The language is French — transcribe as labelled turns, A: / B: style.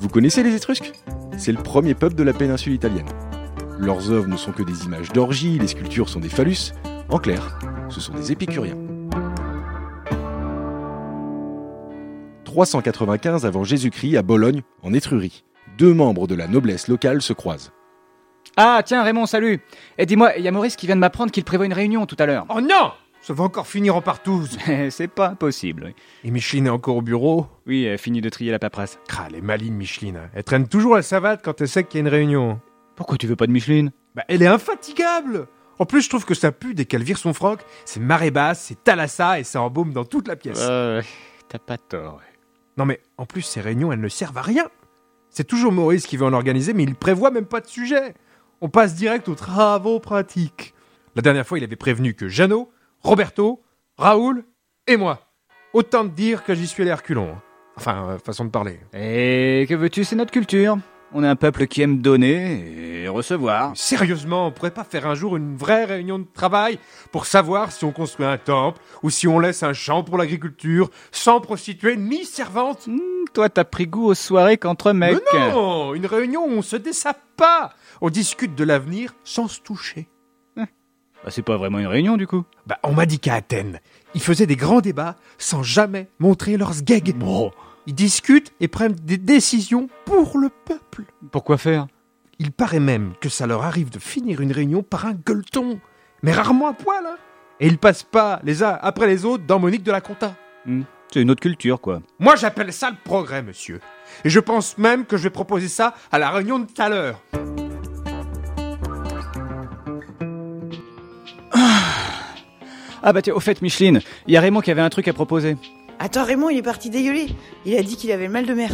A: Vous connaissez les Étrusques C'est le premier peuple de la péninsule italienne. Leurs œuvres ne sont que des images d'orgie, les sculptures sont des phallus. En clair, ce sont des épicuriens. 395 avant Jésus-Christ à Bologne, en Étrurie. Deux membres de la noblesse locale se croisent.
B: Ah, tiens, Raymond, salut Et dis-moi, il y a Maurice qui vient de m'apprendre qu'il prévoit une réunion tout à l'heure.
C: Oh non Ça va encore finir en partouze
B: C'est pas possible.
C: Et Micheline est encore au bureau
B: Oui, euh, fini de trier la paperasse.
C: Crah, elle est maligne, Micheline. Elle traîne toujours la savate quand elle sait qu'il y a une réunion.
B: Pourquoi tu veux pas de Micheline
C: Bah, elle est infatigable En plus, je trouve que ça pue dès qu'elle vire son froc. C'est marée basse, c'est talassa et ça embaume dans toute la pièce.
B: Euh, t'as pas tort.
C: Non mais, en plus, ces réunions, elles ne servent à rien C'est toujours Maurice qui veut en organiser, mais il prévoit même pas de sujet on passe direct aux travaux pratiques. La dernière fois, il avait prévenu que Jeannot, Roberto, Raoul et moi. Autant te dire que j'y suis allé à reculons. Enfin, euh, façon de parler.
B: Et Eh, que veux-tu, c'est notre culture. On est un peuple qui aime donner et recevoir.
C: Sérieusement, on pourrait pas faire un jour une vraie réunion de travail pour savoir si on construit un temple ou si on laisse un champ pour l'agriculture sans prostituer ni servante
B: Mmh, toi, t'as pris goût aux soirées qu'entre mecs.
C: Mais non Une réunion où on se dessape pas On discute de l'avenir sans se toucher.
B: Bah, c'est pas vraiment une réunion, du coup.
C: Bah, on m'a dit qu'à Athènes, ils faisaient des grands débats sans jamais montrer leurs gags. Ils discutent et prennent des décisions pour le peuple.
B: Pourquoi faire
C: Il paraît même que ça leur arrive de finir une réunion par un gueuleton, mais rarement à poil. hein. Et ils passent pas les uns après les autres dans Monique de la Compta.
B: C'est une autre culture, quoi.
C: Moi, j'appelle ça le progrès, monsieur. Et je pense même que je vais proposer ça à la réunion de tout à l'heure.
B: Ah bah tiens, au fait, Micheline, il y a Raymond qui avait un truc à proposer.
D: Attends, Raymond, il est parti dégueuler. Il a dit qu'il avait le mal de mer.